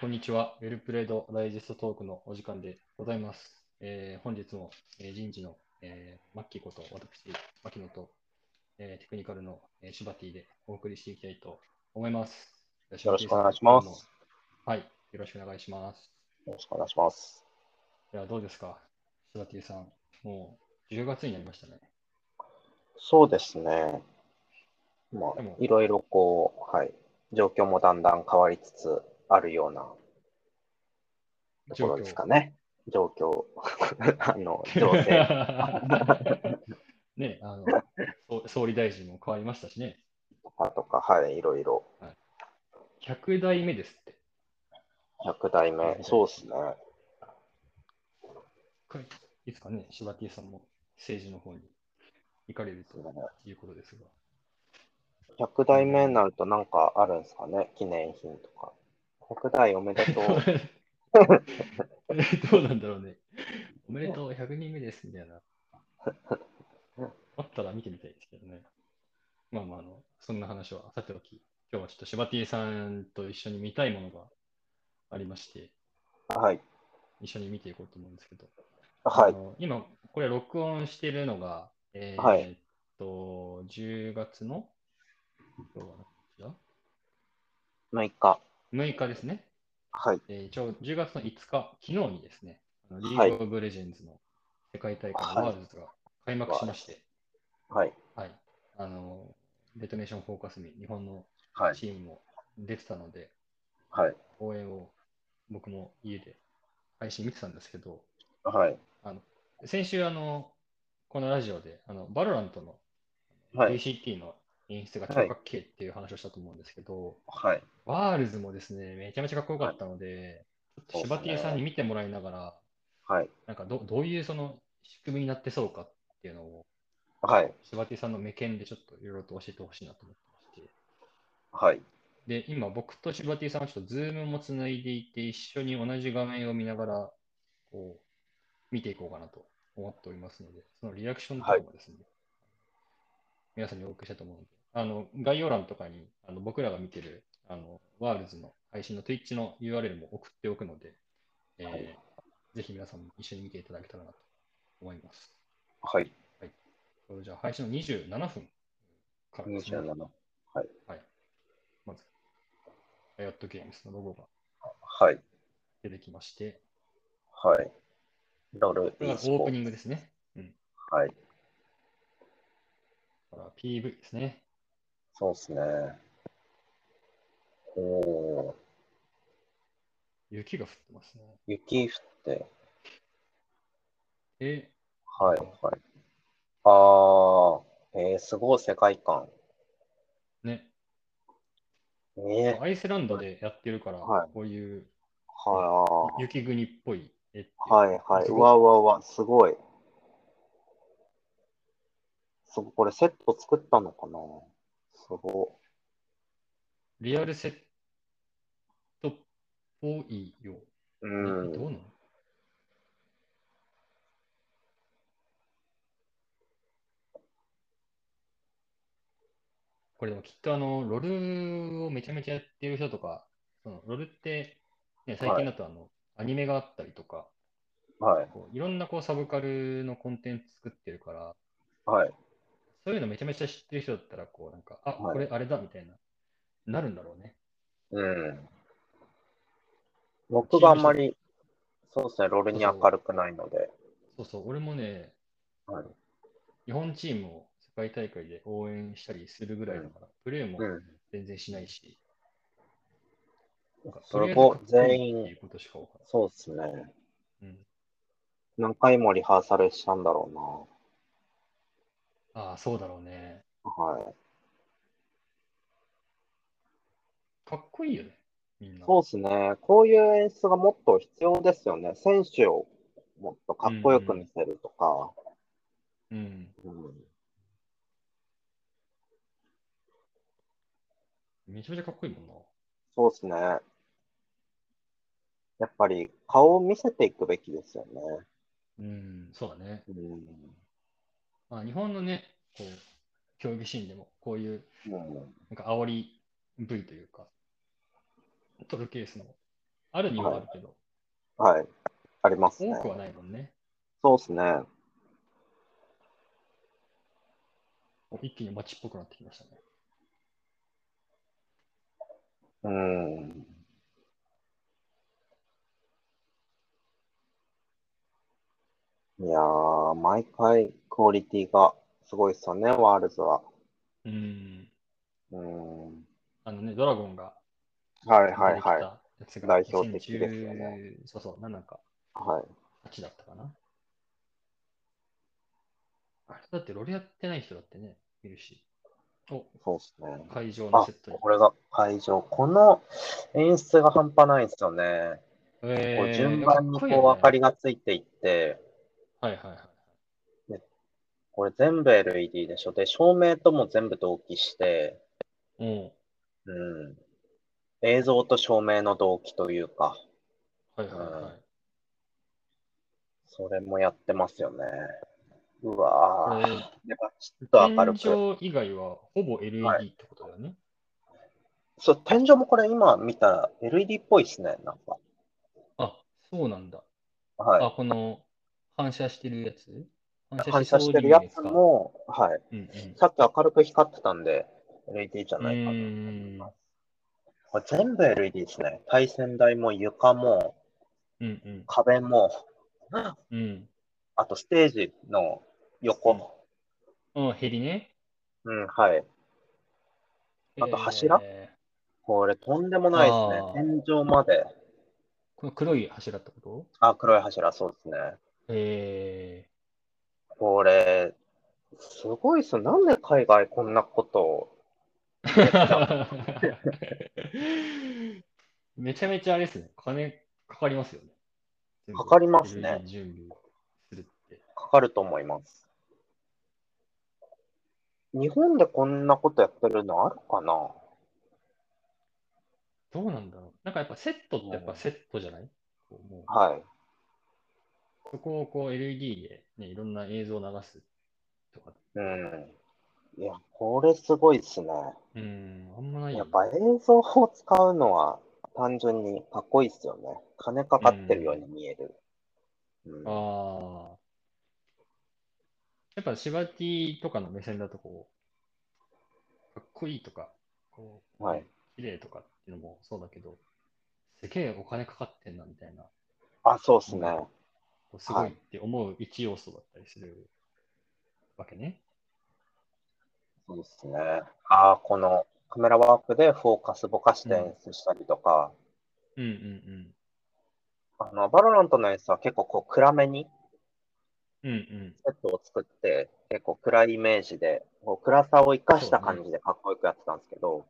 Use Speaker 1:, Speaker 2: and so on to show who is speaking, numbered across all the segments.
Speaker 1: こんにちは。ウェルプレードダイジェストトークのお時間でございます。えー本日も、えー人事の、えーマッキーこと私、牧野と、えーテクニカルの、えーシュバティでお送りしていきたいと思います。
Speaker 2: よろしくお願いします
Speaker 1: よろくお願いします。はい。よろしくお願いします。
Speaker 2: よろしくお願いします。
Speaker 1: いや、どうですかシュバティさん。もう10月になりましたね。
Speaker 2: そうですね。ま
Speaker 1: でも
Speaker 2: あ、いろいろこう、はい、状況もだんだん変わりつつあるようなところですかね。状況、 あの、情勢。
Speaker 1: ね、あのそう総理大臣も変わりましたしね、
Speaker 2: とかとか、 はい、いろいろ。
Speaker 1: 100代目ですって
Speaker 2: 100代目。そうですね。
Speaker 1: これ、いつかね、柴田さんも政治の方に行かれるということですが、
Speaker 2: 100代目になるとなんかあるんですかね。記念品とか。100代おめで とう。
Speaker 1: どうなんだろうね、おめでとう、100人目ですみたいな、あったら見てみたいですけどね。まあまああの、そんな話はさておき、今日はちょっと柴田さんと一緒に見たいものがありまして、
Speaker 2: はい。
Speaker 1: 一緒に見ていこうと思うんですけど。
Speaker 2: は
Speaker 1: あ
Speaker 2: い。
Speaker 1: の今、これ録音してるのが、えー
Speaker 2: はい
Speaker 1: えーっと、10月の今日は何日
Speaker 2: 6日。
Speaker 1: だ ?6 日ですね、
Speaker 2: はい。
Speaker 1: えーちょう10月の5日、昨日にですね、あのリ
Speaker 2: はい
Speaker 1: ーグ・オブ・レジェンズの世界大会の
Speaker 2: はい
Speaker 1: ワールズが開幕しまして、
Speaker 2: はい。
Speaker 1: はいあのデトネーション・フォーカスに日本の
Speaker 2: はい。
Speaker 1: チームも出てたので、
Speaker 2: はい。
Speaker 1: 応援を僕も家で配信見てたんですけど、
Speaker 2: はい。
Speaker 1: 先週、あの、このラジオで、あの、バロラントの
Speaker 2: はい。
Speaker 1: VCT の演出が
Speaker 2: は
Speaker 1: 超
Speaker 2: い
Speaker 1: かっけえっていう話をしたと思うんですけど、
Speaker 2: はい。
Speaker 1: ワールズもですね、めちゃめちゃかっこよかったので、ちょっと柴
Speaker 2: そうで
Speaker 1: 田
Speaker 2: すね
Speaker 1: さんに見てもらいながら、
Speaker 2: はい。
Speaker 1: なんかどどういうその仕組みになってそうかっていうのを、
Speaker 2: はい。
Speaker 1: 柴田さんの目見でちょっといろいろと教えてほしいなと思ってまして。
Speaker 2: はい。
Speaker 1: で、今僕と柴田さんはちょっとズームもつないでいて、一緒に同じ画面を見ながら、こう、見ていこうかなと思っておりますので、そのリアクションとかもですね、皆さんにお送りしたいと思うので、あの、概要欄とかに、あの僕らが見てる、あの、ワールズの配信の Twitch の URL も送っておくので、えー
Speaker 2: はい
Speaker 1: ぜひ皆さんも一緒に見ていただけたらなと思います。
Speaker 2: はい。
Speaker 1: それじゃあ、配信の27分からですね、
Speaker 2: 27。
Speaker 1: まず、ライオットゲームズのロゴが
Speaker 2: はい。
Speaker 1: 出てきまして、
Speaker 2: はい。ロール
Speaker 1: これがオ
Speaker 2: e スポ
Speaker 1: ープ
Speaker 2: ー
Speaker 1: ニングですね。うん。
Speaker 2: ツ。はい。
Speaker 1: だから PV ですね。
Speaker 2: そうですね。おお
Speaker 1: 雪が降ってますね。
Speaker 2: ー、雪降って。
Speaker 1: え、
Speaker 2: はい。はい。ああ、えー、すごい世界観。
Speaker 1: ね。
Speaker 2: ね
Speaker 1: アイスランドでやってるから、
Speaker 2: はい
Speaker 1: こういう
Speaker 2: は
Speaker 1: 雪国っぽい絵って
Speaker 2: い。はい。はい。
Speaker 1: す
Speaker 2: う
Speaker 1: ごい
Speaker 2: わうわうわ、すごい。すごいこれセット作ったのかなすご
Speaker 1: リアルセットっぽいよ。
Speaker 2: い。う
Speaker 1: え
Speaker 2: ん。
Speaker 1: どうなのこれでもきっとあの、ロルをめちゃめちゃやってる人とか、そのロルって、ね、最近だとあの、アニメがあったりとか、
Speaker 2: はい。
Speaker 1: こういろんなこうサブカルのコンテンツ作ってるから、
Speaker 2: はい。
Speaker 1: そういうのめちゃめちゃ知ってる人だったら、こうなんか、あ、
Speaker 2: はい
Speaker 1: これあれだみたいな、なるんだろうね。
Speaker 2: うん。僕があんまり、そうですね、ロールに明るくないので。
Speaker 1: そうそう、俺もね、
Speaker 2: はい
Speaker 1: 日本チームを世界大会で応援したりするぐらいだから、プレーも
Speaker 2: うん。
Speaker 1: 全然しないし、なんか
Speaker 2: す
Speaker 1: とりあえず
Speaker 2: ごい
Speaker 1: かっこいい
Speaker 2: 全員
Speaker 1: っていうことしかわか
Speaker 2: そうですね。
Speaker 1: らない。うん、
Speaker 2: 何回もリハーサルしたんだろ
Speaker 1: ああ、そうだろうね。
Speaker 2: うな。はい。
Speaker 1: かっこいいよね、みんな。
Speaker 2: そうですね。こういう演出がもっと必要ですよね。選手をもっとかっこよく見せるとか。
Speaker 1: うん、
Speaker 2: うん
Speaker 1: めちゃめちゃかっこいいもんな。
Speaker 2: そうですね。やっぱり顔を見せていくべきですよね。
Speaker 1: うん、そうだね。
Speaker 2: うん。
Speaker 1: まあ、日本のね、こう、競技シーンでも、こういう、
Speaker 2: うん
Speaker 1: なんか煽り V というか、取るケースのあるにはあるけど、
Speaker 2: はい。ありますね
Speaker 1: 多。くはないもんね。
Speaker 2: そうですね。
Speaker 1: 一気に街っぽくなってきましたね。
Speaker 2: うん。いやー、毎回クオリティがすごいですよね、ワールズは。
Speaker 1: うん。
Speaker 2: うん。は
Speaker 1: あのね、ドラゴンが
Speaker 2: いはいはい。
Speaker 1: やつが
Speaker 2: 代表的ですよね
Speaker 1: 2010そうそう、なんか
Speaker 2: はい。
Speaker 1: 8だったかな。あれだってロレやってない人だってね、いるし。お、
Speaker 2: そうですね。
Speaker 1: 会場のセットに。
Speaker 2: これが会場。この演出が半端ないですよね。
Speaker 1: え
Speaker 2: こう
Speaker 1: ー
Speaker 2: 順番にこう明かりがついていって、
Speaker 1: はいはいはい。
Speaker 2: これ全部 LED でしょ。で、照明とも全部同期して、
Speaker 1: うん。
Speaker 2: うん。映像と照明の同期というか、
Speaker 1: はいはいは
Speaker 2: うん
Speaker 1: い。
Speaker 2: それもやってますよね。うわ
Speaker 1: こ
Speaker 2: ぁ。
Speaker 1: れ
Speaker 2: やっぱちょっと明るく。
Speaker 1: 天井以外はほぼ LED
Speaker 2: は
Speaker 1: ってことだよね。
Speaker 2: そう、天井もこれ今見たら LED っぽいですね、なんか。
Speaker 1: あ、そうなんだ。
Speaker 2: は
Speaker 1: あ、この反射してるやつ
Speaker 2: い。
Speaker 1: 反
Speaker 2: 反
Speaker 1: し
Speaker 2: 射
Speaker 1: そう
Speaker 2: してるや
Speaker 1: に見え
Speaker 2: つ
Speaker 1: か
Speaker 2: も、はい。
Speaker 1: うんうん
Speaker 2: さっき明るく光ってたんで、LED じゃないかなと
Speaker 1: う
Speaker 2: 思い
Speaker 1: ん
Speaker 2: ます。これ全部 LED ですね。対戦台も床も
Speaker 1: うん
Speaker 2: 壁も、
Speaker 1: うん。
Speaker 2: あとステージの横も。
Speaker 1: うん。うん、ヘリね。
Speaker 2: うん、はい。あと柱
Speaker 1: えー
Speaker 2: これとんでもない
Speaker 1: あ
Speaker 2: ですね。天井まで。
Speaker 1: この黒い柱ってこと
Speaker 2: あ、黒い柱、そうですね。
Speaker 1: え
Speaker 2: これ、すごいっすよ。なんで海外こんなことを。
Speaker 1: ーめちゃめちゃあれですね。金かかりますよね。全部
Speaker 2: かかりますね
Speaker 1: LED 準備するって。
Speaker 2: かかると思います。日本でこんなことやってるのあるかな
Speaker 1: どうなんだろう。なんかやっぱセットってやっぱセットじゃないこうもう
Speaker 2: はい。
Speaker 1: そこをこう LED で、ね、いろんな映像を流すとか。
Speaker 2: うん。いや、これすごいっすね。
Speaker 1: うん、あんまないよ
Speaker 2: や
Speaker 1: ね
Speaker 2: っぱ映像を使うのは単純にかっこいいっすよね。金かかってるように見える。うん
Speaker 1: ああ。やっぱシバティとかの目線だとこう、かっこいいとか、こう、
Speaker 2: はい。
Speaker 1: 綺麗とかっていうのもそうだけど、すげえお金かかってんなみたいな、
Speaker 2: あ、そうっすね。
Speaker 1: こうすご
Speaker 2: はいい
Speaker 1: って思う一要素だったりするわけね。
Speaker 2: そうですね。ああ、このカメラワークでフォーカスぼかして演出したりとか、
Speaker 1: うんうん
Speaker 2: あの、バロラントの演出は結構こう暗めに
Speaker 1: うん。うんうん。
Speaker 2: セットを作って、結構暗いイメージで、こう暗さを生かした感じでかっこよくやってたんですけど、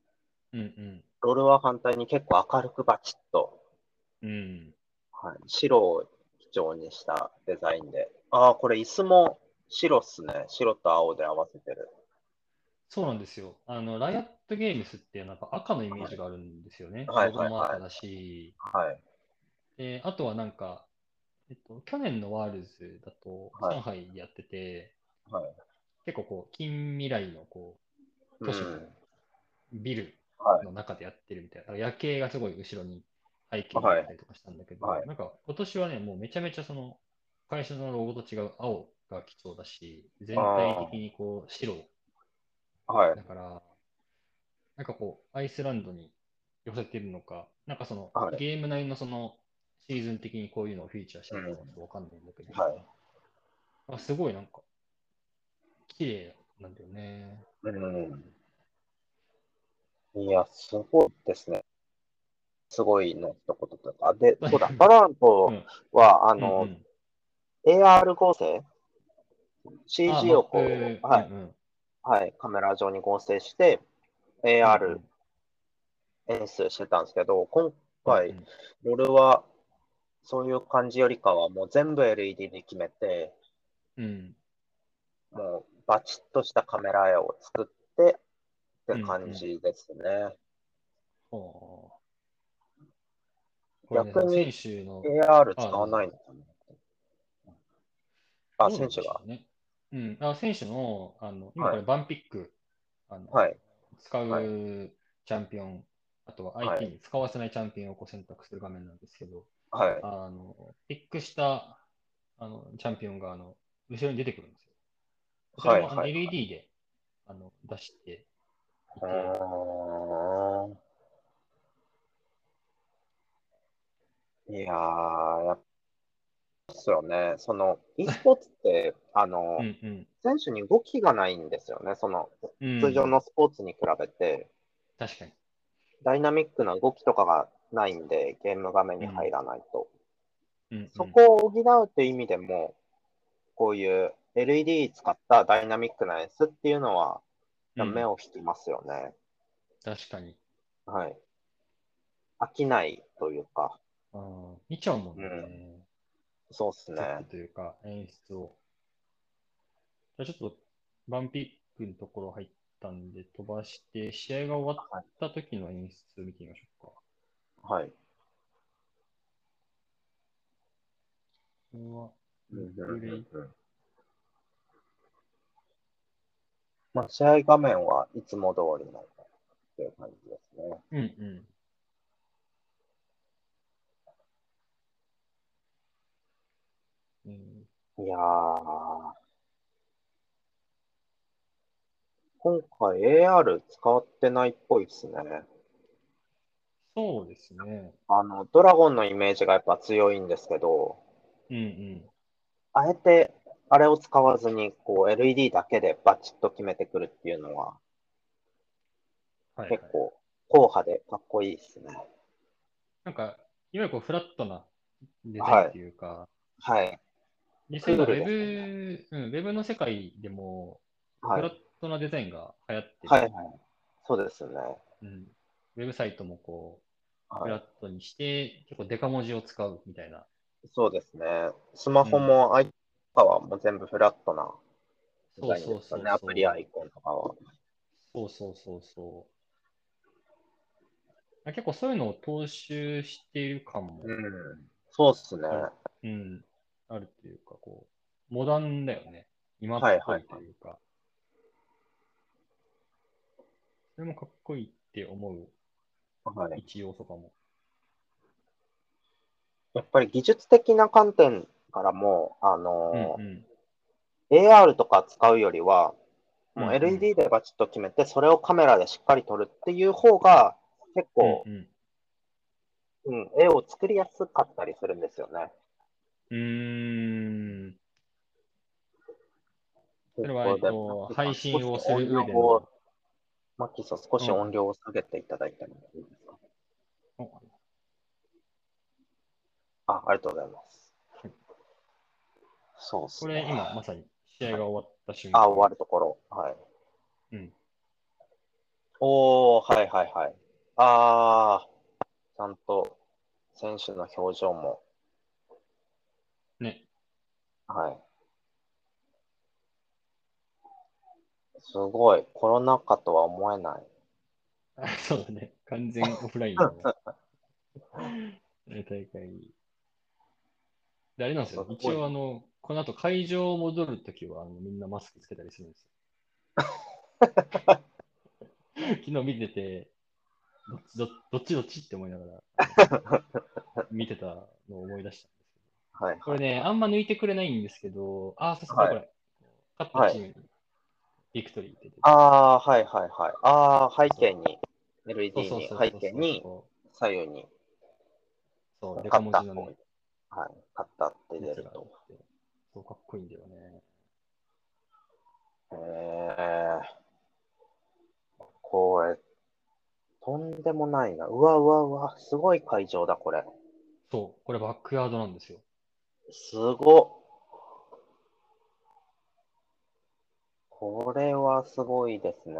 Speaker 1: うん
Speaker 2: ロールは反対に結構明るくバチッと、
Speaker 1: うん。うん。
Speaker 2: はい、白を基調にしたデザインで、ああ、これ椅子も白っすね。白と青で合わせてる。
Speaker 1: そうなんですよ。あの、ライアットゲームスってなんか赤のイメージがあるんですよね。
Speaker 2: はい
Speaker 1: ロゴも
Speaker 2: はいはい
Speaker 1: 赤だし、
Speaker 2: はい。
Speaker 1: で、あとはなんか、えっと、去年のワールズだと、
Speaker 2: はい
Speaker 1: 上海でやってて、
Speaker 2: はい
Speaker 1: 結構こう、近未来のこう、
Speaker 2: う
Speaker 1: 都市の
Speaker 2: ん、
Speaker 1: ビル
Speaker 2: はい
Speaker 1: の中でやってるみたいな、夜景がすごい後ろに背景にあったりとかしたんだけど、
Speaker 2: はい
Speaker 1: なんか今年はね、もうめちゃめちゃその、会社のロゴと違う青が基調だし、全体的にこう、白。
Speaker 2: はい。
Speaker 1: だから、なんかこう、アイスランドに寄せてるのか、なんかその、
Speaker 2: はい
Speaker 1: ゲーム内のその、シーズン的にこういうのをフィーチャーしてるのかちょっとわかんないんだけど、
Speaker 2: はい
Speaker 1: あすごいなんか、綺麗なんだよね。
Speaker 2: うん。いや、すごいですね。すごいの一言というか。 で、そうだ、バロラントは、あの、
Speaker 1: ん
Speaker 2: AR 合成
Speaker 1: うんあ
Speaker 2: ?CG をこ
Speaker 1: マッ
Speaker 2: う、
Speaker 1: プ
Speaker 2: は
Speaker 1: う
Speaker 2: い、
Speaker 1: んうん
Speaker 2: はい、カメラ上に合成して、AR 演出してたんですけど、今回
Speaker 1: う、ん
Speaker 2: 俺は、そういう感じよりかは、もう全部 LED で決めて、
Speaker 1: うん。
Speaker 2: もうバチッとしたカメラ絵を作ってって感じですね。
Speaker 1: あーこれね、
Speaker 2: 逆に
Speaker 1: 選手の
Speaker 2: AR 使わないのかなあ、
Speaker 1: どうな
Speaker 2: 選
Speaker 1: んでし
Speaker 2: 手が
Speaker 1: ょ。うね。うん、あ選手の、あの今これ、バンピック、あの
Speaker 2: はい。
Speaker 1: 使
Speaker 2: はいう
Speaker 1: チャンピオンあとは相手に使わせないチャンピオンをこう選択する画面なんですけど、
Speaker 2: はい。
Speaker 1: あの、ピックしたあのチャンピオンがあの後ろに出てくるんですよ。それもあの
Speaker 2: はいはい
Speaker 1: LED で、あの出していて、
Speaker 2: うーんいやー、やっぱですよね。その、e スポーツって、あの、
Speaker 1: うんうん
Speaker 2: 選手に動きがないんですよね。その、
Speaker 1: うん
Speaker 2: 通常のスポーツに比べて、
Speaker 1: 確かに。
Speaker 2: ダイナミックな動きとかがないんで、ゲーム画面に入らないと。
Speaker 1: うんうん
Speaker 2: そこを補うという意味でも、こういう LED 使ったダイナミックな演出っていうのは、
Speaker 1: うん
Speaker 2: 目を引きますよね。
Speaker 1: 確かに。
Speaker 2: はい。飽きないというか、
Speaker 1: あー見ちゃうもんね。
Speaker 2: そうです
Speaker 1: セット
Speaker 2: ね。
Speaker 1: というか演出を。じゃあちょっと、バンピックのところ入ったんで飛ばして、試合が終わった時の演出見てみましょうか。
Speaker 2: はい。
Speaker 1: これは
Speaker 2: うんうん
Speaker 1: ブ
Speaker 2: う
Speaker 1: ルーレ
Speaker 2: ん
Speaker 1: イ
Speaker 2: うんまあ、試合画面はいつも通りのという感じですね。
Speaker 1: うんうん。うん、
Speaker 2: いやー。今回 AR 使ってないっぽいですね。
Speaker 1: そうですね。
Speaker 2: あの、ドラゴンのイメージがやっぱ強いんですけど、
Speaker 1: うんうん。
Speaker 2: あえてあれを使わずに、こう LED だけでバチッと決めてくるっていうのは、
Speaker 1: はい、はい
Speaker 2: 結。構、硬派でかっこいいですね。
Speaker 1: なんか、いわゆるこうフラットなデザインっていうか、
Speaker 2: はい。
Speaker 1: 実際今ウ
Speaker 2: クー
Speaker 1: ェ
Speaker 2: ル
Speaker 1: ブ、
Speaker 2: です
Speaker 1: うん、ウェブの世界でも、
Speaker 2: は
Speaker 1: フ
Speaker 2: い。
Speaker 1: ラットなデザインが流行ってる、
Speaker 2: はいはい。そうですね。
Speaker 1: うん、ウェブサイトもこう、フ
Speaker 2: は
Speaker 1: ラッ
Speaker 2: い。
Speaker 1: トにして、結構デカ文字を使うみたいな。
Speaker 2: そうですね。スマホも i とかはもう全部フラットなデ
Speaker 1: そ
Speaker 2: ザ
Speaker 1: う
Speaker 2: イン
Speaker 1: そう
Speaker 2: です
Speaker 1: そ
Speaker 2: よ
Speaker 1: う
Speaker 2: ね。
Speaker 1: そう。
Speaker 2: アプリアイコンとかは。
Speaker 1: そうそうそうそう。結構そういうのを踏襲している感も、
Speaker 2: うん。そうっすね。
Speaker 1: はうん、あるというか、こう、モダンだよね。今っぽいというか。それもかっこいいって思う
Speaker 2: はい。
Speaker 1: 一要素かも。
Speaker 2: やっぱり技術的な観点からも、あの
Speaker 1: うんうん、
Speaker 2: ー AR とか使うよりは、も
Speaker 1: うんう
Speaker 2: うん LED でバチッと決めて、それをカメラでしっかり撮るっていう方が、結構
Speaker 1: う、ん
Speaker 2: うん、絵を作りやすかったりするんですよね。
Speaker 1: うん、うーん。それは
Speaker 2: というこ
Speaker 1: えっと
Speaker 2: とでマキさん
Speaker 1: 配信をする上での
Speaker 2: 少し音量をマキさん、少し音量を下げていただいてもいいですか、
Speaker 1: お
Speaker 2: あ、ありがとうございます。そうっす
Speaker 1: こ
Speaker 2: ね。
Speaker 1: れ今まさに試合が終わった瞬間。
Speaker 2: あ、終わるところ。はい。
Speaker 1: うん。
Speaker 2: おー、はいはいはい。あー、ちゃんと選手の表情も。
Speaker 1: ね。
Speaker 2: はい。すごい。コロナ禍とは思えない。
Speaker 1: あ そうだね。完全オフラインの 大会。で、あれなんですよ。
Speaker 2: そう
Speaker 1: 一応、あの、この後会場戻るときはあのみんなマスクつけたりするんです よ。昨日見てて、どっちどどっちどっちって思いなが ら見てたのを思い出したんですけど。
Speaker 2: はい。
Speaker 1: これね、あんま抜いてくれないんですけど、あ、そうそう、これ。勝ったチームに、ビクトリーって出て
Speaker 2: あー、はいはいはい。あー、背景に、LED
Speaker 1: そうそう
Speaker 2: に
Speaker 1: そう
Speaker 2: 背景に、
Speaker 1: そ
Speaker 2: 左右に、
Speaker 1: うそう、デカ
Speaker 2: 勝
Speaker 1: 文字
Speaker 2: った
Speaker 1: の
Speaker 2: 方
Speaker 1: ね
Speaker 2: に、はい、勝ったって
Speaker 1: や
Speaker 2: 出
Speaker 1: つ
Speaker 2: る
Speaker 1: があ
Speaker 2: と。
Speaker 1: って、そう、かっこいいんだよね。
Speaker 2: えー、これ、とんでもないな。うわうわうわ、すごい会場だ、これ。
Speaker 1: そう、これバックヤードなんですよ。
Speaker 2: すごっ。これはすごいですね。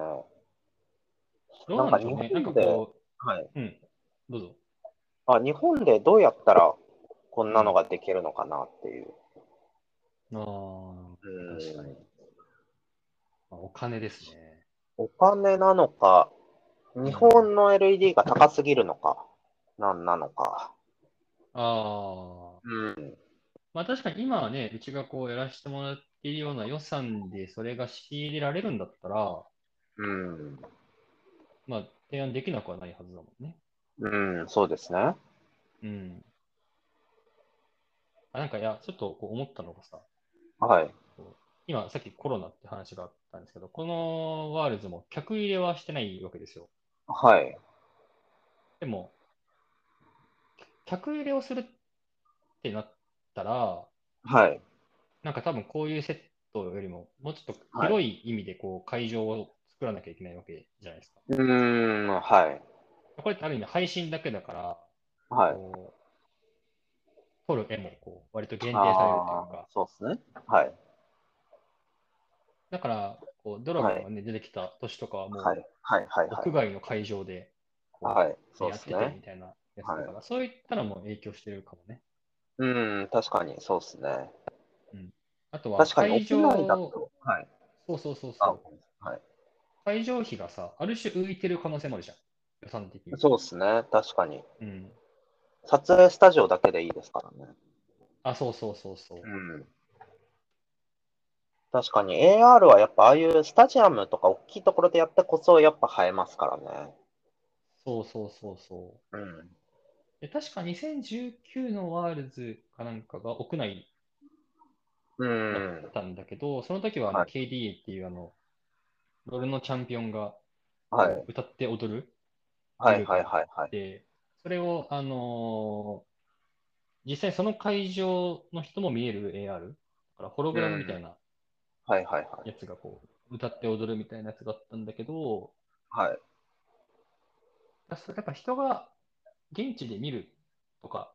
Speaker 1: どうなんでしょうね。な
Speaker 2: な
Speaker 1: んんか
Speaker 2: か日本で
Speaker 1: こ
Speaker 2: はい。
Speaker 1: う、うん、どうぞ。
Speaker 2: あ、日本でどうやったらこんなのができるのかなっていう。
Speaker 1: あ
Speaker 2: うん
Speaker 1: 確かにあ、お金ですね。
Speaker 2: お金なのか、日本の LED が高すぎるのか、なんなのか。
Speaker 1: ああ。
Speaker 2: うん。
Speaker 1: まあ確かに今はね、うちがこうやらせてもらっているような予算でそれが仕入れられるんだったら、
Speaker 2: うん。
Speaker 1: まあ提案できなくはないはずだもんね。
Speaker 2: うん、そうですね。
Speaker 1: うん。あなんか、いや、ちょっとこう思ったのがさ、
Speaker 2: はい。
Speaker 1: 今、さっきコロナって話があったんですけど、このワールズも客入れはしてないわけですよ。
Speaker 2: はい。
Speaker 1: でも、客入れをするってなったら、
Speaker 2: はい。
Speaker 1: なんか多分こういうセットよりも、もうちょっと広い意味でこう会場を作らなきゃいけないわけじゃないですか。
Speaker 2: うーん、はい。
Speaker 1: これってある意味配信だけだから、
Speaker 2: はい。
Speaker 1: こう撮る絵もこう割と限定されるという
Speaker 2: あ
Speaker 1: か
Speaker 2: ー、そうですね。はい。
Speaker 1: だからこうドラゴンが、ね出てきた年とかはもう、
Speaker 2: はい。はい。はい。は
Speaker 1: 屋外の会場で
Speaker 2: い。はい。そう
Speaker 1: や
Speaker 2: で
Speaker 1: っ
Speaker 2: す
Speaker 1: てた
Speaker 2: ね
Speaker 1: み。たいなやつだから、そういったのも影響してるかもね。
Speaker 2: うん、確かに、そうですね。
Speaker 1: あとは
Speaker 2: 確かに、
Speaker 1: 会
Speaker 2: 屋
Speaker 1: 場
Speaker 2: 内だと。はい。
Speaker 1: そうそうそう
Speaker 2: あ
Speaker 1: そう
Speaker 2: はい、
Speaker 1: 会場費がさ、ある種浮いてる可能性もあるじゃん、予算的に。
Speaker 2: そうですね。確かに。
Speaker 1: うん、
Speaker 2: 撮影スタジオだけでいいですからね。
Speaker 1: あ、そうそうそうそう。
Speaker 2: うん。確かに AR はやっぱああいうスタジアムとか大きいところでやってこそやっぱ映えますからね。
Speaker 1: そうそうそうそう。
Speaker 2: うん。
Speaker 1: で確か2019のワールズかなんかが屋内
Speaker 2: う
Speaker 1: だ
Speaker 2: ん
Speaker 1: っ。たんだけど、その時はあの
Speaker 2: はい
Speaker 1: KDA っていうあの、ロールのチャンピオンが
Speaker 2: はい。
Speaker 1: 歌って踊る
Speaker 2: はいはいはいはい。
Speaker 1: で、それを、あのー実際その会場の人も見える AR、だからホログラムみたいな
Speaker 2: はいはいはい。
Speaker 1: やつがこう、歌って踊るみたいなやつだったんだけど、
Speaker 2: はい。
Speaker 1: やっぱ人が現地で見るとか、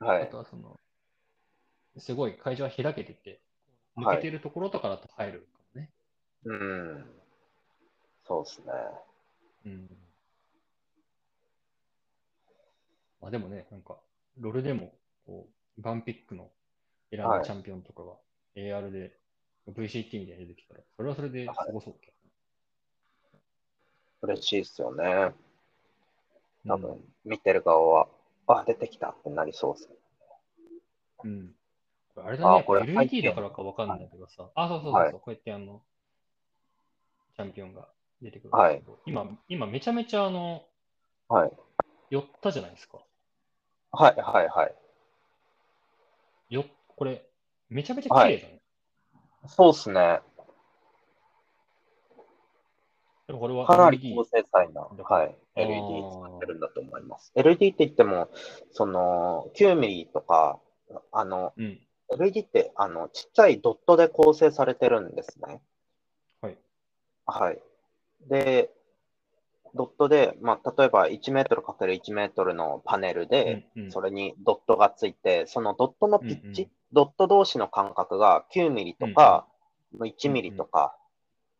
Speaker 2: は
Speaker 1: あ
Speaker 2: い
Speaker 1: と。はその、すごい会場は開けてて、抜
Speaker 2: はい
Speaker 1: けてるところとかだと入るかもね。
Speaker 2: うん。そうですね。
Speaker 1: うん。まあでもね、なんか、ロルでも、こう、バンピックの選ん
Speaker 2: は
Speaker 1: だ
Speaker 2: い
Speaker 1: チャンピオンとかが AR で VCT みたいに出てきたら、それはそれですごそうだけ
Speaker 2: 嬉しいですよね。
Speaker 1: ど
Speaker 2: 多分、見てる側は、あ、出てきたってなりそうですね。
Speaker 1: うん。うんこれあれ
Speaker 2: あ
Speaker 1: だね、
Speaker 2: これ入ってんの
Speaker 1: LED だからかわかんないけどさ、あ、そうそうそうそう、
Speaker 2: はい
Speaker 1: こうやってあの、チャンピオンが出てくるんですけど、今、今めちゃめちゃあの、
Speaker 2: はい。
Speaker 1: 寄ったじゃないですか。
Speaker 2: はいはいはい。
Speaker 1: よ、これ、めちゃめちゃ綺麗だね。
Speaker 2: そうですね。
Speaker 1: でもこれは
Speaker 2: かなり
Speaker 1: LED
Speaker 2: 高精細な、はい、
Speaker 1: あー
Speaker 2: LED 使ってるんだと思います。LED って言っても、その9ミリとか、あの、
Speaker 1: うん。
Speaker 2: LED ってあのちっちゃいドットで構成されてるんですね。
Speaker 1: はい。
Speaker 2: はい。で、ドットで、まあ、例えば1メートル ×1 メートルのパネルで、
Speaker 1: うんうん
Speaker 2: それにドットがついて、そのドットのピッチ、
Speaker 1: うんう
Speaker 2: ドット同士の間隔が9ミリとか、1ミリとか、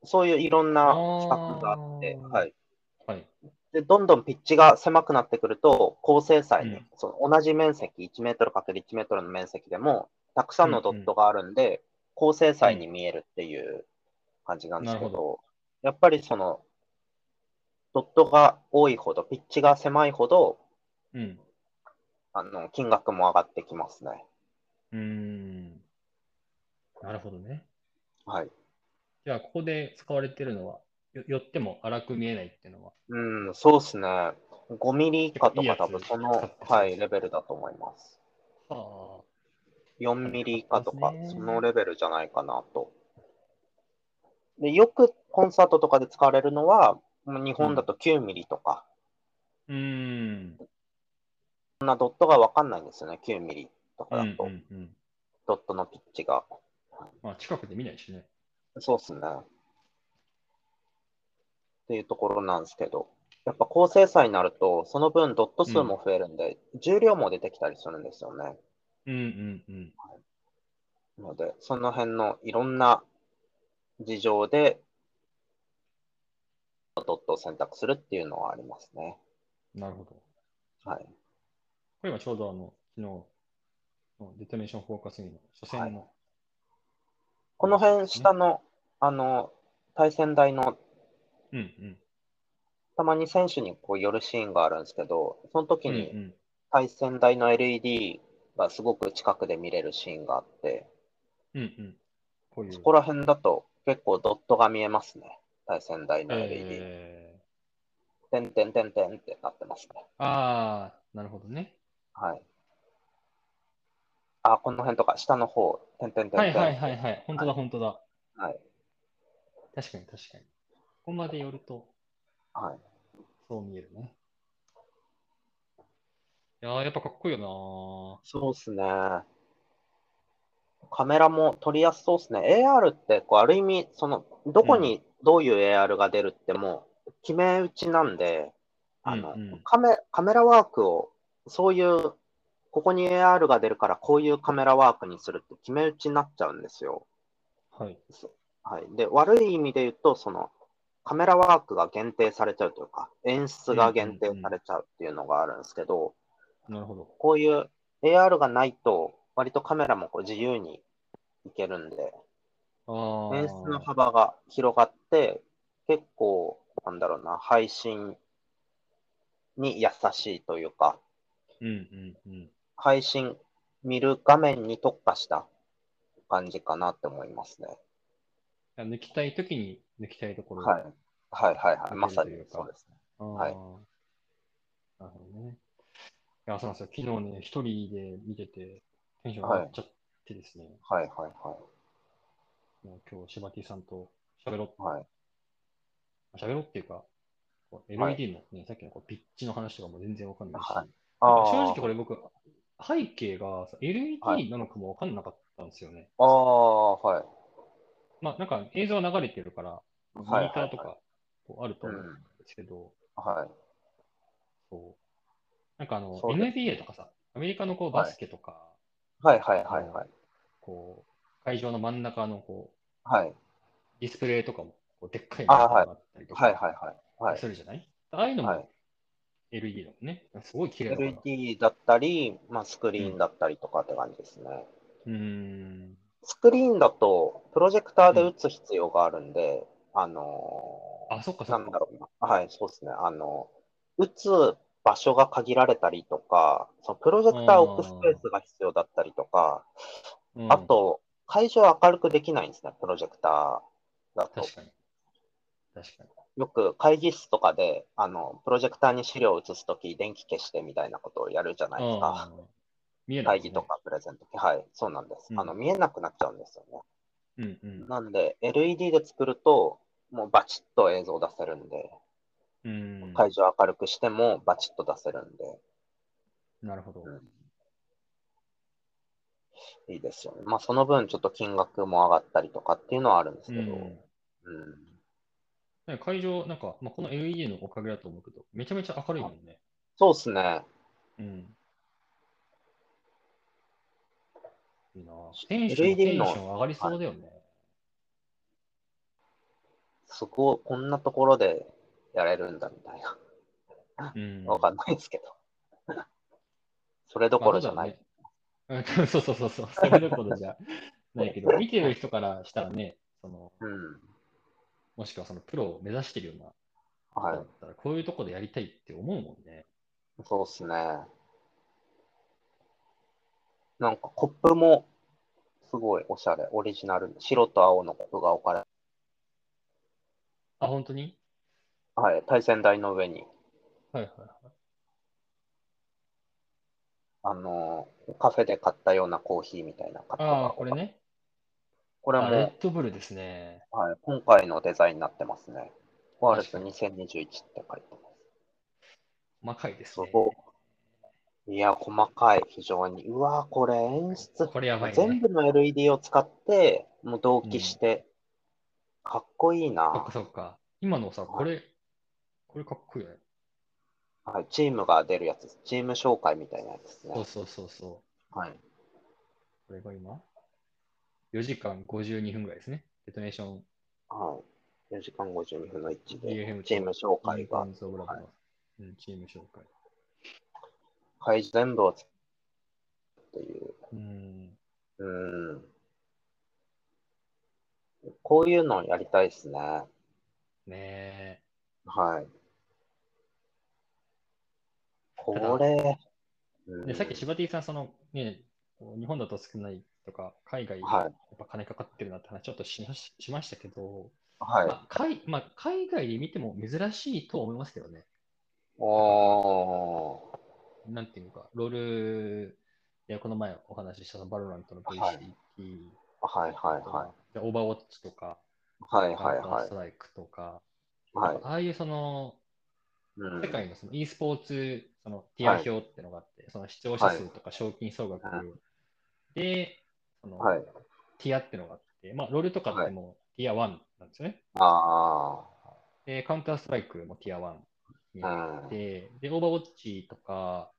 Speaker 2: そういういろんな比較があって、
Speaker 1: あー
Speaker 2: はい。
Speaker 1: はい。
Speaker 2: で、どんどんピッチが狭くなってくると、高精細
Speaker 1: う
Speaker 2: に、
Speaker 1: ん
Speaker 2: その同じ面積、1メートル ×1 メートルの面積でも、たくさんのドットがあるんで、高精細に見えるっていう感じなんですけど、
Speaker 1: なる
Speaker 2: やっぱりその、ドットが多いほど、ピッチが狭いほど、
Speaker 1: うん。
Speaker 2: あの、金額も上がってきますね。
Speaker 1: うーん。なるほどね。
Speaker 2: はい。
Speaker 1: じゃあ、ここで使われてるのは、よ寄っても荒く見えないっていうのは、
Speaker 2: うん、そうですね。5ミリ以下と
Speaker 1: いいや
Speaker 2: か
Speaker 1: つ
Speaker 2: 多分その、
Speaker 1: 使ってそう
Speaker 2: はい、レベルだと思います。
Speaker 1: は
Speaker 2: 4ミリ以下とか
Speaker 1: そうで、す
Speaker 2: そ
Speaker 1: ね
Speaker 2: のレベルじゃないかなと。で、よくコンサートとかで使われるのは、日本だと9ミリと
Speaker 1: あ。
Speaker 2: か、
Speaker 1: うーん。
Speaker 2: そんなドットが分かんないんですよね、9ミリと
Speaker 1: う
Speaker 2: かだ
Speaker 1: んう
Speaker 2: と、
Speaker 1: んうん。
Speaker 2: ドットのピッチが。
Speaker 1: まあ、近くで見ないしね。
Speaker 2: そうっすね。っていうところなんですけど、やっぱ高精細になると、その分ドット数も増えるんで、重量も出てきたりするんですよね。
Speaker 1: うんうんうん。
Speaker 2: ので、その辺のいろんな事情で、ドットを選択するっていうのはありますね。
Speaker 1: なるほど。
Speaker 2: はい。
Speaker 1: これ今ちょうどあの、昨日のデトネーションフォーカスにの初戦の、
Speaker 2: この辺、下の、あの、対戦台の、
Speaker 1: うん
Speaker 2: たまに選手にこう寄るシーンがあるんですけど、その時
Speaker 1: うん。うんう
Speaker 2: に
Speaker 1: ん。
Speaker 2: 対戦台の LED がすごく近くで見れるシーンがあって、
Speaker 1: うんうん。こういう。
Speaker 2: そこら辺だと結構ドットが見えますね。対戦台の LED。
Speaker 1: え
Speaker 2: てんてんてんてんってなってますね。
Speaker 1: ああ、なるほどね。
Speaker 2: はい。あ、この辺とか、下の方、てんてんてんてん。
Speaker 1: はいはいはいはい。本当だ本当だ。
Speaker 2: はい。
Speaker 1: 確かに確かに。ここまで寄ると、
Speaker 2: はい。
Speaker 1: そう見えるね。いやーやっぱかっこいいよ
Speaker 2: そうっすね。カメラも撮りやすそうっすね。AR ってこう、ある意味、その、どこにどういう AR が出るってもう、決め打ちなんで、あの、
Speaker 1: うんうん
Speaker 2: カメカメラワークを、そういう、ここに AR が出るから、こういうカメラワークにするって決め打ちになっちゃうんですよ。
Speaker 1: なはい。
Speaker 2: はい、で悪い意味で言うとその、カメラワークが限定されちゃうというか、演出が限定されちゃうっていうのがあるんですけど、
Speaker 1: なるほど。
Speaker 2: こういう AR がないと、割とカメラもこう自由にいけるんで、
Speaker 1: ああ。
Speaker 2: 演出の幅が広がって、結構、なんだろうな、配信に優しいというか、
Speaker 1: うんうんうん。
Speaker 2: 配信見る画面に特化した感じかなって思いますね。
Speaker 1: あ抜きたいときに抜きたいところ。
Speaker 2: はい。はいはいはい。まさに
Speaker 1: 見てるというか
Speaker 2: そうですね。
Speaker 1: あー
Speaker 2: は
Speaker 1: な
Speaker 2: い
Speaker 1: るほどね。いや、そうなんですよ。昨日ね、一人で見てて、テンション上がっちゃってですね、
Speaker 2: はいはいはい。
Speaker 1: もう今日、柴木さんと喋ろ
Speaker 2: はい。
Speaker 1: う、喋ろうっていうか、こう
Speaker 2: はい
Speaker 1: LED のね、さっきのこうピッチの話とかも全然わかんないし、
Speaker 2: はいあ
Speaker 1: 正直
Speaker 2: ー
Speaker 1: これ僕、背景がさ
Speaker 2: は
Speaker 1: LED なのかもわかんなかったんですよね。
Speaker 2: あー、はい。
Speaker 1: まあ、なんか映像は流れてるから、モニ
Speaker 2: はい
Speaker 1: ターとかこうあると
Speaker 2: う
Speaker 1: 思うん
Speaker 2: ん。
Speaker 1: ですけど、
Speaker 2: はい。
Speaker 1: そうなんかあの、
Speaker 2: そうです
Speaker 1: NBA とかさ、アメリカのこうバスケとか、
Speaker 2: はいはいはいはい。
Speaker 1: こう、会場の真ん中のこ
Speaker 2: はい。
Speaker 1: う、ディスプレイとかも、こうでっかいモニ
Speaker 2: あ
Speaker 1: ター
Speaker 2: はい
Speaker 1: があったりとか、
Speaker 2: はいはいはい。はい
Speaker 1: するじゃないああいうの
Speaker 2: は
Speaker 1: も
Speaker 2: い
Speaker 1: LED だもんね。すごい綺麗だから。
Speaker 2: LED だったり、まあ、スクリーンだったりとかって感じですね。
Speaker 1: うーん。
Speaker 2: スクリーンだと、プロジェクターで打つ必要があるんで、あのー
Speaker 1: あ、そっかそ
Speaker 2: な
Speaker 1: っ
Speaker 2: ん
Speaker 1: か
Speaker 2: だ。ろうな。はい、そうですね。あの、打つ場所が限られたりとか、そのプロジェクターを置くスペースが必要だったりとか、
Speaker 1: うん
Speaker 2: あと、会場を明るくできないんですね、プロジェクターだと。
Speaker 1: 確かに。確かに。
Speaker 2: よく会議室とかで、あの、プロジェクターに資料を映すとき、電気消してみたいなことをやるじゃないですか。
Speaker 1: うん見えない、
Speaker 2: 会議と。かプレゼントはい、そうなんです。
Speaker 1: うん
Speaker 2: あの、見えなくなっちゃうんですよね。
Speaker 1: うんうん。
Speaker 2: なんで、LED で作ると、もうバチッと映像出せるんで、
Speaker 1: うん、
Speaker 2: 会場を明るくしてもバチッと出せるんで、
Speaker 1: なるほど。
Speaker 2: いいですよね。まあ、その分、ちょっと金額も上がったりとかっていうのはあるんです
Speaker 1: う
Speaker 2: けど、うんん。
Speaker 1: なんか会場、なんか、まあ、この LED のおかげだと思うけど、めちゃめちゃ明るいもんね。
Speaker 2: そうですね。
Speaker 1: うん。いいなぁテンション
Speaker 2: LED
Speaker 1: テンシ
Speaker 2: の
Speaker 1: ョン上がりそうだよね。
Speaker 2: そこ、こんなところでやれるんだみたいな。
Speaker 1: うん。
Speaker 2: わかんないですけど。 それどころじゃない。
Speaker 1: まあ。ただねうんそうそうそうそう、それどころじゃないけ ど、見てる人からしたらね、その
Speaker 2: うん。
Speaker 1: もしくはそのプロを目指してるような人
Speaker 2: は
Speaker 1: だ
Speaker 2: い
Speaker 1: っ。たら、こういうとこでやりたいって思うもんね。
Speaker 2: そうですね。なんかコップもすごいおしゃれ、オリジナル。白と青のコップが置かれ、
Speaker 1: あ、本当に
Speaker 2: はい、対戦台の上に、
Speaker 1: はいはい
Speaker 2: あのーカフェで買ったようなコーヒーみたいなカップ
Speaker 1: ああ、
Speaker 2: が
Speaker 1: これね。
Speaker 2: これ
Speaker 1: あ
Speaker 2: も、
Speaker 1: レッドブルですね。
Speaker 2: はい、今回のデザインになってますね。ワールズ2021って書いてま。
Speaker 1: 細かいです
Speaker 2: す
Speaker 1: すね。
Speaker 2: ごい。いや、細かい、非常に。うわー、これ演出
Speaker 1: これやばい
Speaker 2: 全
Speaker 1: ね。
Speaker 2: 部の LED を使って、もう同期して、かっこいい
Speaker 1: そっか
Speaker 2: な、
Speaker 1: そっか。今のさ、これ、これかっこいいよね。
Speaker 2: はい。チームが出るやつです、チーム紹介みたいなやつです
Speaker 1: そう
Speaker 2: ね。
Speaker 1: そうそうそう。
Speaker 2: はい、
Speaker 1: これが今、4時間52分ぐらいですね。デトネーション、
Speaker 2: はい。4時間52分の1で、
Speaker 1: DFM
Speaker 2: チーム紹
Speaker 1: イ
Speaker 2: 介
Speaker 1: ンカ
Speaker 2: が
Speaker 1: ン、ズオブラブのうんチーム紹介。
Speaker 2: 会場全部を使うっていう。
Speaker 1: うん。
Speaker 2: うん。こういうのやりたいですね。
Speaker 1: ねえ。
Speaker 2: はい。こ
Speaker 1: た
Speaker 2: れ、うん
Speaker 1: で、さっき柴 T さん、そのね、こう日本だと少ないとか、海外、や
Speaker 2: は
Speaker 1: っ
Speaker 2: い、
Speaker 1: ぱ金かかってるなって話、ちょっとしまししましたけど、
Speaker 2: はい。
Speaker 1: まあ海まあ、海外で見ても珍しいとは思いますけどね。
Speaker 2: お
Speaker 1: なんていうか、ロール、いや、この前お話ししたそのバロラントの VCT とか、
Speaker 2: はいー。はいはいは
Speaker 1: でオーバーウォッチとか、
Speaker 2: い。はいはい
Speaker 1: カウンター
Speaker 2: は
Speaker 1: ストライクとか、
Speaker 2: い。はい。
Speaker 1: ああいうその、
Speaker 2: うん
Speaker 1: 世界のその e スポーツ、そのティア表ってのがあって、その視聴者数とか賞金総額
Speaker 2: はい
Speaker 1: で、その
Speaker 2: はい。
Speaker 1: ティアってのがあって、まあ、ロールとかってもうティア1なんですよね。
Speaker 2: あ
Speaker 1: で、カウンターストライクもティア1にあっ
Speaker 2: あ。
Speaker 1: て、で、オーバーウォッチとか、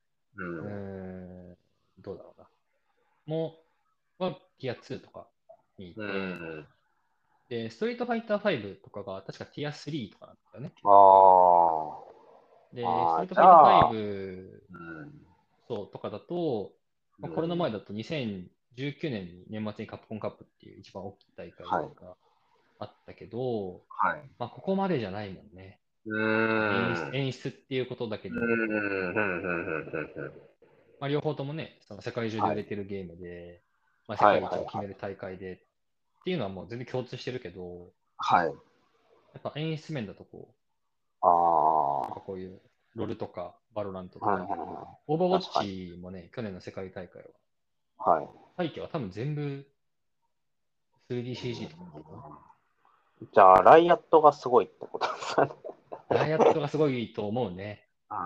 Speaker 1: う
Speaker 2: う
Speaker 1: ー
Speaker 2: ん。うん。
Speaker 1: ん、どうだろうな。もう、はティア2とかにいて、
Speaker 2: うん。
Speaker 1: で、ストリートファイター5とかが確かティア3とかなんだよね。
Speaker 2: ああ。
Speaker 1: で、
Speaker 2: あ
Speaker 1: スト
Speaker 2: ー
Speaker 1: リートファイター5、
Speaker 2: うん。
Speaker 1: そうとかだと、まあ
Speaker 2: うん
Speaker 1: コロナ前だと2019年に年末にカプコンカップっていう一番大きい大会
Speaker 2: はい
Speaker 1: があったけど、
Speaker 2: はい。
Speaker 1: まあ、ここまでじゃないもんね、
Speaker 2: うん。
Speaker 1: 演出。演出っていうことだけ
Speaker 2: う
Speaker 1: で、
Speaker 2: ん。うん。うん。うん。
Speaker 1: まあ、両方ともね、その世界中で売れてるゲームで、まあ、世
Speaker 2: は
Speaker 1: 界
Speaker 2: い
Speaker 1: 一を決める大会でっていうのはもう全然共通してるけど、
Speaker 2: はい。
Speaker 1: やっぱ演出面だとこ
Speaker 2: あ
Speaker 1: う、なん
Speaker 2: あ。
Speaker 1: かこういうロルとかバロラントと
Speaker 2: はいはい
Speaker 1: か、
Speaker 2: は
Speaker 1: オーバーウォッチもね、去年の世界大会は、
Speaker 2: い。はい。
Speaker 1: 背景は多分全部 3DCG とかなのかな。
Speaker 2: じゃあ、ライアットがすごいってことですかね。
Speaker 1: ダイヤットがすごいと思うね。
Speaker 2: うん。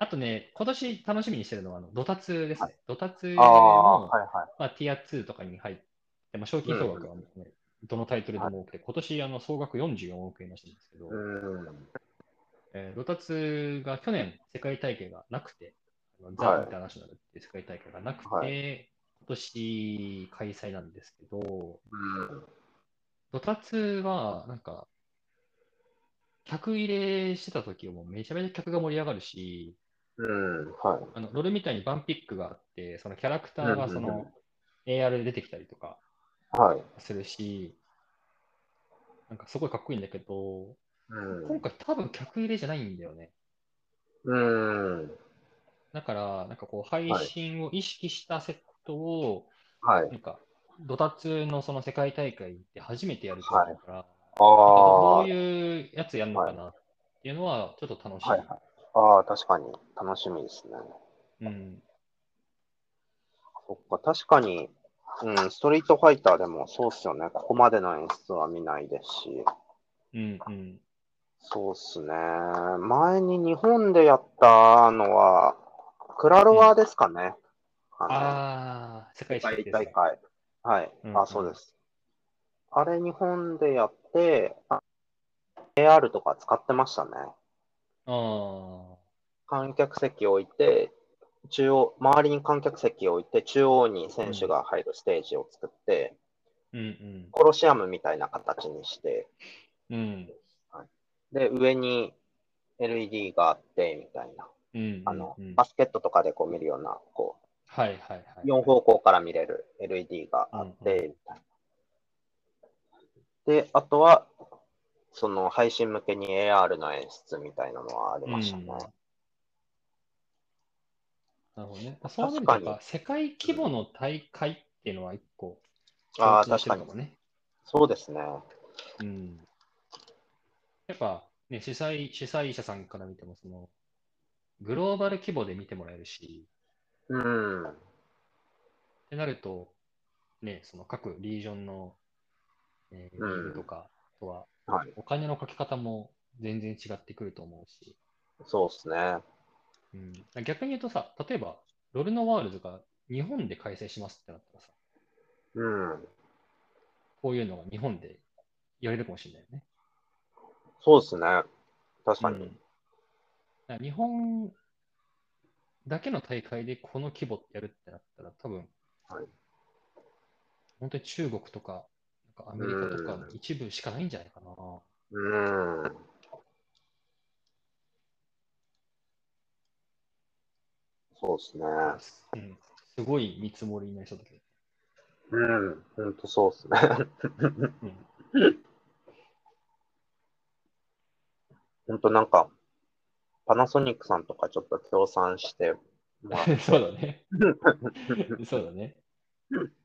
Speaker 1: あとね、今年楽しみにしてるのは、あのドタツですね。ドタツ
Speaker 2: ああ、
Speaker 1: も、
Speaker 2: はいはい。
Speaker 1: まあ、ティア2とかに入って、まあ、賞金総額はね、どのタイトルでも多くて、今年あの総額44億円らしいんですけど、
Speaker 2: うん。
Speaker 1: えードタツが去年世界大会がなくて、あのザ・インターナショナルっていう世界大会がなくて、
Speaker 2: は
Speaker 1: 今年開催なんですけど、
Speaker 2: うん。
Speaker 1: ドタツはなんか、客入れしてた時はもうめちゃめちゃ客が盛り上がるし、
Speaker 2: うん。はい。
Speaker 1: あのロールみたいにバンピックがあって、そのキャラクターがそ
Speaker 2: うんうんう
Speaker 1: の AR で出てきたりとか
Speaker 2: はい。
Speaker 1: するし、なんかすごいかっこいいんだけど、
Speaker 2: う
Speaker 1: 今回多分客入れじゃないんだよね。
Speaker 2: ん。うん。
Speaker 1: だから、なんかこう配信を意識したセットを、
Speaker 2: はい
Speaker 1: な。んかドタツのその世界大会で初めてやると
Speaker 2: はい
Speaker 1: だから、
Speaker 2: ああ
Speaker 1: なんかどう。いうやつやるのかなっていうのはちょっと楽しい。
Speaker 2: はいはいああ、確かに。楽しみですね。
Speaker 1: うん、
Speaker 2: そっか、確かに、うん、ストリートファイターでもそうっすよね。ここまでの演出は見ないですし。
Speaker 1: うん、うん。
Speaker 2: そうっすね。前に日本でやったのは、クラロワですかね。あ
Speaker 1: ああ、世界一
Speaker 2: の世界
Speaker 1: 決定
Speaker 2: 大
Speaker 1: 戦
Speaker 2: 会。はい。
Speaker 1: うんうん
Speaker 2: あ、そうです。あれ、日本でやって、あ AR とか使ってましたね。
Speaker 1: あー
Speaker 2: 観客席を置いて、中央、周りに観客席を置いて、中央に選手が入るステージを作って、
Speaker 1: うんうん。
Speaker 2: コロシアムみたいな形にして、
Speaker 1: うん。
Speaker 2: で、上に LED があって、みたいな。
Speaker 1: うん
Speaker 2: あの
Speaker 1: うんうん、
Speaker 2: バスケットとかでこう見るような、こ
Speaker 1: はいはいはい。
Speaker 2: う、4方向から見れる LED があって、みたいな。で、あとは、その配信向けに AR の演出みたいなのはありましたね。
Speaker 1: うんなるほどね。まあそうなるとやっぱ、世界規模の大会っていうのは一個、
Speaker 2: ああ、
Speaker 1: 共通して
Speaker 2: 確
Speaker 1: る
Speaker 2: かに。
Speaker 1: もね。
Speaker 2: そうですね。
Speaker 1: うん。やっぱ、ね、主催、主催者さんから見ても、その、グローバル規模で見てもらえるし、
Speaker 2: うん。
Speaker 1: ってなると、ね、その各リージョンの、えー、リ
Speaker 2: うん
Speaker 1: ーグとか、あとは、
Speaker 2: はい。
Speaker 1: お金のかけ方も全然違ってくると思うし、
Speaker 2: そうですね。
Speaker 1: うん、逆に言うとさ、例えば、ロルノワールズが日本で開催しますってなったらさ、
Speaker 2: うん。
Speaker 1: こういうのが日本でやれるかもしれないよね。
Speaker 2: そうですね。確かに。
Speaker 1: うんだから日本だけの大会でこの規模やるってなったら、多分、
Speaker 2: はい
Speaker 1: 本当に中国とか、なんかアメリカとかの
Speaker 2: うん
Speaker 1: 一部しかないんじゃないかな。
Speaker 2: うん。そうですね。
Speaker 1: うん、すごい見積もりになりそうだけど。
Speaker 2: うん。本当そうですね。
Speaker 1: うん
Speaker 2: 本当なんか、パナソニックさんとかちょっと協賛しても らっ
Speaker 1: そうだね。そうだね。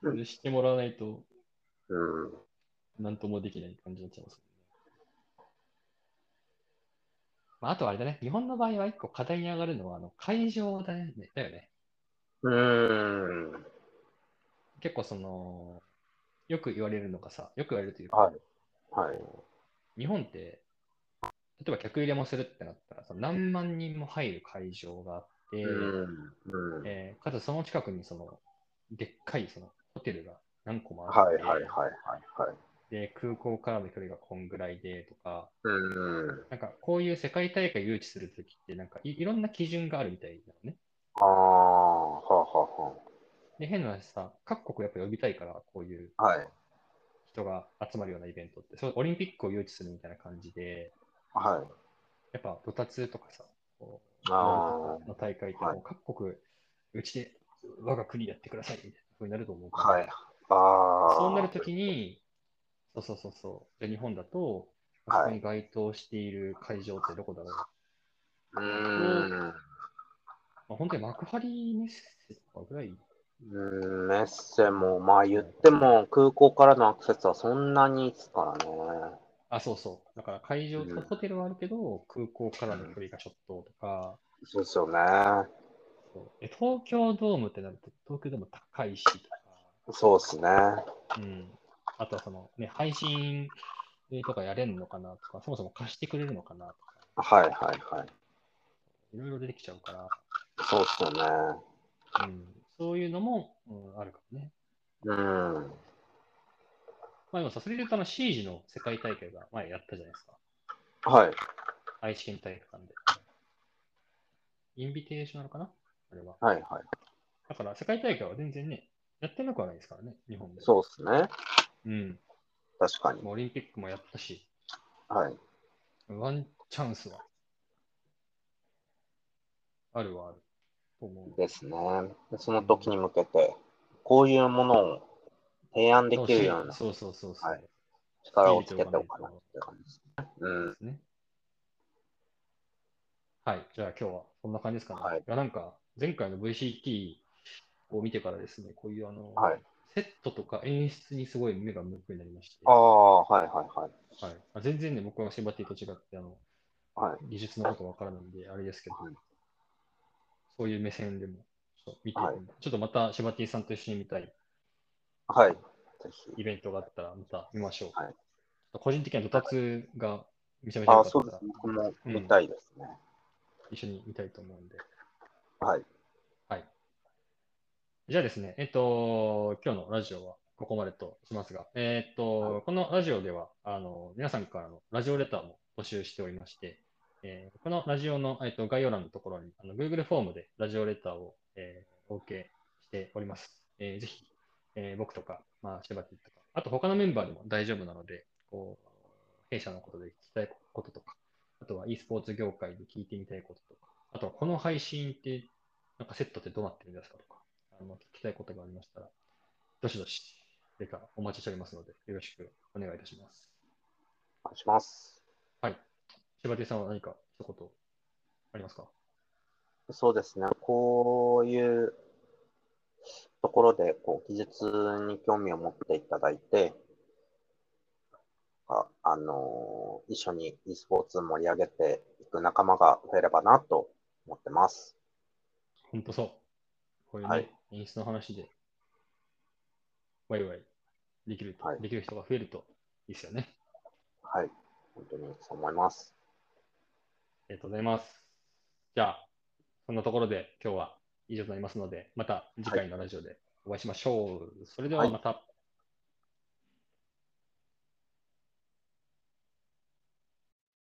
Speaker 1: それしてもらわないと、
Speaker 2: うん。
Speaker 1: なんともできない感じになっちゃいます、ね。まあ、あとはあれだね、日本の場合は一個課題に上がるのは、あの会場だねだよね。
Speaker 2: うーん。
Speaker 1: 結構その、よく言われるのがさ、よく言われるというか、
Speaker 2: はい。はい。
Speaker 1: 日本って、例えば客入れもするってなったら、その何万人も入る会場があって、
Speaker 2: うん。うん。
Speaker 1: えーかつその近くにその、でっかいそのホテルが何個もあっ
Speaker 2: はい
Speaker 1: て、
Speaker 2: はいはいはいはい。
Speaker 1: で空港からの距離がこんぐらいでとか、
Speaker 2: うん。
Speaker 1: なんかこういう世界大会誘致するときってなんかいいろんな基準があるみたいなのね。
Speaker 2: ああ、はあは
Speaker 1: で、変な話さ、各国やっぱ呼びたいから、こういう
Speaker 2: あはあ。はい。
Speaker 1: 人が集まるようなイベントって、そうオリンピックを誘致するみたいな感じで、
Speaker 2: はい。
Speaker 1: やっぱドタツとかさ、こう
Speaker 2: あ
Speaker 1: の大会って
Speaker 2: はい
Speaker 1: もう各国、うちで我が国やってくださいみたいな風になると思う
Speaker 2: あ。
Speaker 1: から、
Speaker 2: はい。ああ。
Speaker 1: そうなるときに、そうそうそうそう、じゃあ日本だと、そ
Speaker 2: はい
Speaker 1: こに該当している会場ってどこだろう、
Speaker 2: うーん。
Speaker 1: まあ、本当に幕張メッセとかぐらい、
Speaker 2: うんメッセも、まあ言っても空港からのアクセスはそんなにですからね。
Speaker 1: あ、そうそう、だから会場とホテルはあるけど、空港からの距離がちょっととか、
Speaker 2: そうですよね。
Speaker 1: そうえ東京ドームってなると、東京ドーム高いしと
Speaker 2: そうですね。
Speaker 1: か、うん、あとはその、ね、配信とかやれるのかなとか、そもそも貸してくれるのかなとか、
Speaker 2: はいはいはい。
Speaker 1: いろいろ出てきちゃうから、
Speaker 2: そうですよね。
Speaker 1: うん、そういうのも、うん、あるかもね。
Speaker 2: うん。
Speaker 1: まあでもさ、それで言うとあの C 時の世界大会が前やったじゃないですか。
Speaker 2: はい。
Speaker 1: 愛知県体育館で。インビテーショナルかなあれは。
Speaker 2: はいはい。
Speaker 1: だから世界大会は全然ね、やってなくはないですからね、日本で。
Speaker 2: そうですね。
Speaker 1: う。うん。
Speaker 2: 確かに。
Speaker 1: もうオリンピックもやったし、
Speaker 2: はい。
Speaker 1: ワンチャンスは。あるはある。と思う。
Speaker 2: ですね。その時に向けて、こういうものを提案できるような
Speaker 1: そうそうそうそう。
Speaker 2: はい力をつけておかないという感じですね。う
Speaker 1: で
Speaker 2: ん。
Speaker 1: すね。はい。じゃあ今日はこんな感じですかね。
Speaker 2: はい
Speaker 1: やなんか前回の VCT を見てからですね、こういうあの、
Speaker 2: はい。
Speaker 1: セットとか演出にすごい目が向くようになりまして、
Speaker 2: ああ、はいはいはい。
Speaker 1: はい、あ全然ね、僕はシンバティと違ってあの
Speaker 2: はい。
Speaker 1: 技術のことわからないんで、あれですけど、
Speaker 2: はい
Speaker 1: そういう目線でもちょっと見て、
Speaker 2: はい
Speaker 1: ちょっとまたシンバティさんと一緒に見たい
Speaker 2: はい。ぜひ。
Speaker 1: イベントがあったら、また見ましょう。
Speaker 2: は
Speaker 1: ち
Speaker 2: い
Speaker 1: ょっと個人的にはドタツがめちゃめちゃ
Speaker 2: あ
Speaker 1: 良
Speaker 2: あ、
Speaker 1: かっ
Speaker 2: そう
Speaker 1: た
Speaker 2: で
Speaker 1: か
Speaker 2: す
Speaker 1: ら
Speaker 2: ね。、僕も見たいですね。
Speaker 1: 一緒に見たいと思うんで。
Speaker 2: はい。
Speaker 1: じゃあですね、えっと、今日のラジオはここまでとしますが、えっと、
Speaker 2: は
Speaker 1: このラジオでは、あの、皆さんからのラジオレターも募集しておりまして、えーこのラジオの、えっと、概要欄のところにあの Google フォームでラジオレターを、えーお受けしております。えーぜひ、えー僕とか、まあ、柴田とか、あと他のメンバーでも大丈夫なので、こう、弊社のことで聞きたいこととか、あとは e スポーツ業界で聞いてみたいこととか、あとはこの配信って、なんかセットってどうなってるんですかとか、あの聞きたいことがありましたら、どしどし、レターお待ちしておりますので、よろしくお願いいたします。
Speaker 2: お願いします。
Speaker 1: 柴田さんは何か一言ありますか
Speaker 2: そうですね。こういうところで、こう、技術に興味を持っていただいて、あ、あのー一緒に e スポーツ盛り上げていく仲間が増えればなと思ってます。
Speaker 1: 本当そう。こういうね、
Speaker 2: はい
Speaker 1: 演出の話で、ワイワイできると、
Speaker 2: はい
Speaker 1: できる人が増えるといいですよね。
Speaker 2: はい。本当にそう思います。
Speaker 1: ありがとうございます。じゃあ、そんなところで今日は以上となりますので、また次回のラジオでお会いしましょう。それではまた。